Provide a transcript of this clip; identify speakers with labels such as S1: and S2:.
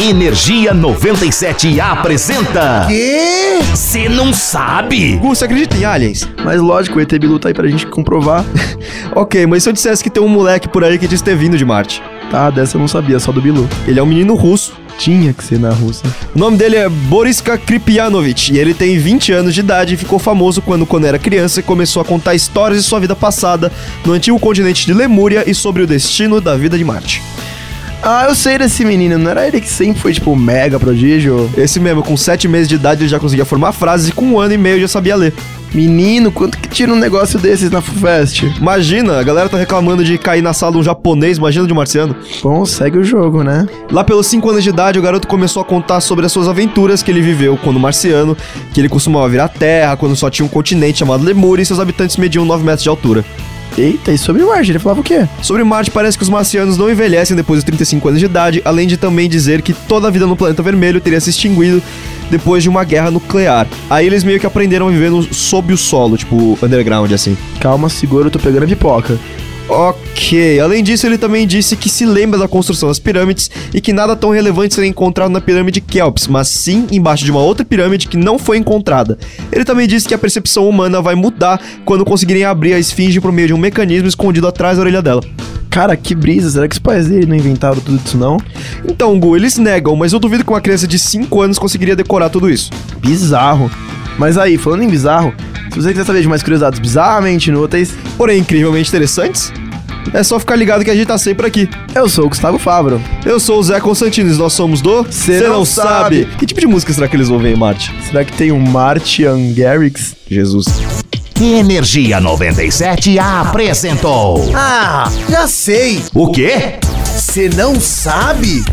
S1: Energia 97 apresenta.
S2: Quê?
S1: Você não sabe?
S3: Gus, você acredita em aliens? Mas lógico, o ET Bilu tá aí pra gente comprovar. ok, mas se eu dissesse que tem um moleque por aí que diz ter vindo de Marte?
S2: Tá, dessa eu não sabia, só do Bilu.
S3: Ele é um menino russo.
S2: Tinha que ser na Rússia.
S3: O nome dele é Boriska Kripianovich e ele tem 20 anos de idade e ficou famoso quando, quando era criança, começou a contar histórias de sua vida passada no antigo continente de Lemúria e sobre o destino da vida de Marte.
S2: Ah, eu sei desse menino, não era ele que sempre foi, tipo, mega prodígio?
S3: Esse mesmo, com 7 meses de idade ele já conseguia formar frases e com um ano e meio já sabia ler.
S2: Menino, quanto que tira um negócio desses na FUFEST?
S3: Imagina, a galera tá reclamando de cair na sala um japonês, imagina de um marciano.
S2: Bom, segue o jogo, né?
S3: Lá pelos 5 anos de idade, o garoto começou a contar sobre as suas aventuras que ele viveu quando marciano, que ele costumava vir à Terra, quando só tinha um continente chamado Lemúria e seus habitantes mediam 9 metros de altura.
S2: Eita, e sobre Marte? Ele falava o quê?
S3: Sobre Marte, parece que os marcianos não envelhecem depois dos 35 anos de idade, além de também dizer que toda a vida no planeta vermelho teria se extinguido depois de uma guerra nuclear. Aí eles meio que aprenderam a viver no- sob o solo, tipo underground, assim.
S2: Calma, segura, eu tô pegando a pipoca.
S3: Ok, além disso, ele também disse que se lembra da construção das pirâmides e que nada tão relevante seria encontrado na pirâmide Kelps, mas sim embaixo de uma outra pirâmide que não foi encontrada. Ele também disse que a percepção humana vai mudar quando conseguirem abrir a esfinge por meio de um mecanismo escondido atrás da orelha dela.
S2: Cara, que brisa, será que os pais dele não inventaram tudo isso não?
S3: Então, Gu, eles negam, mas eu duvido que uma criança de 5 anos conseguiria decorar tudo isso.
S2: Bizarro. Mas aí, falando em bizarro, se você quiser saber de mais curiosidades bizarramente inúteis,
S3: Porém, incrivelmente interessantes, é só ficar ligado que a gente tá sempre aqui.
S2: eu sou o Gustavo Fabro.
S3: Eu sou o Zé Constantino e nós somos do...
S2: Cê
S3: Cê
S2: Não Sabe.
S3: Que tipo de música será que eles vão ver em Marte?
S2: Será que tem um Martian Garrix?
S3: Jesus.
S1: Energia 97 apresentou.
S4: Ah, já sei.
S1: O quê?
S4: Você não sabe?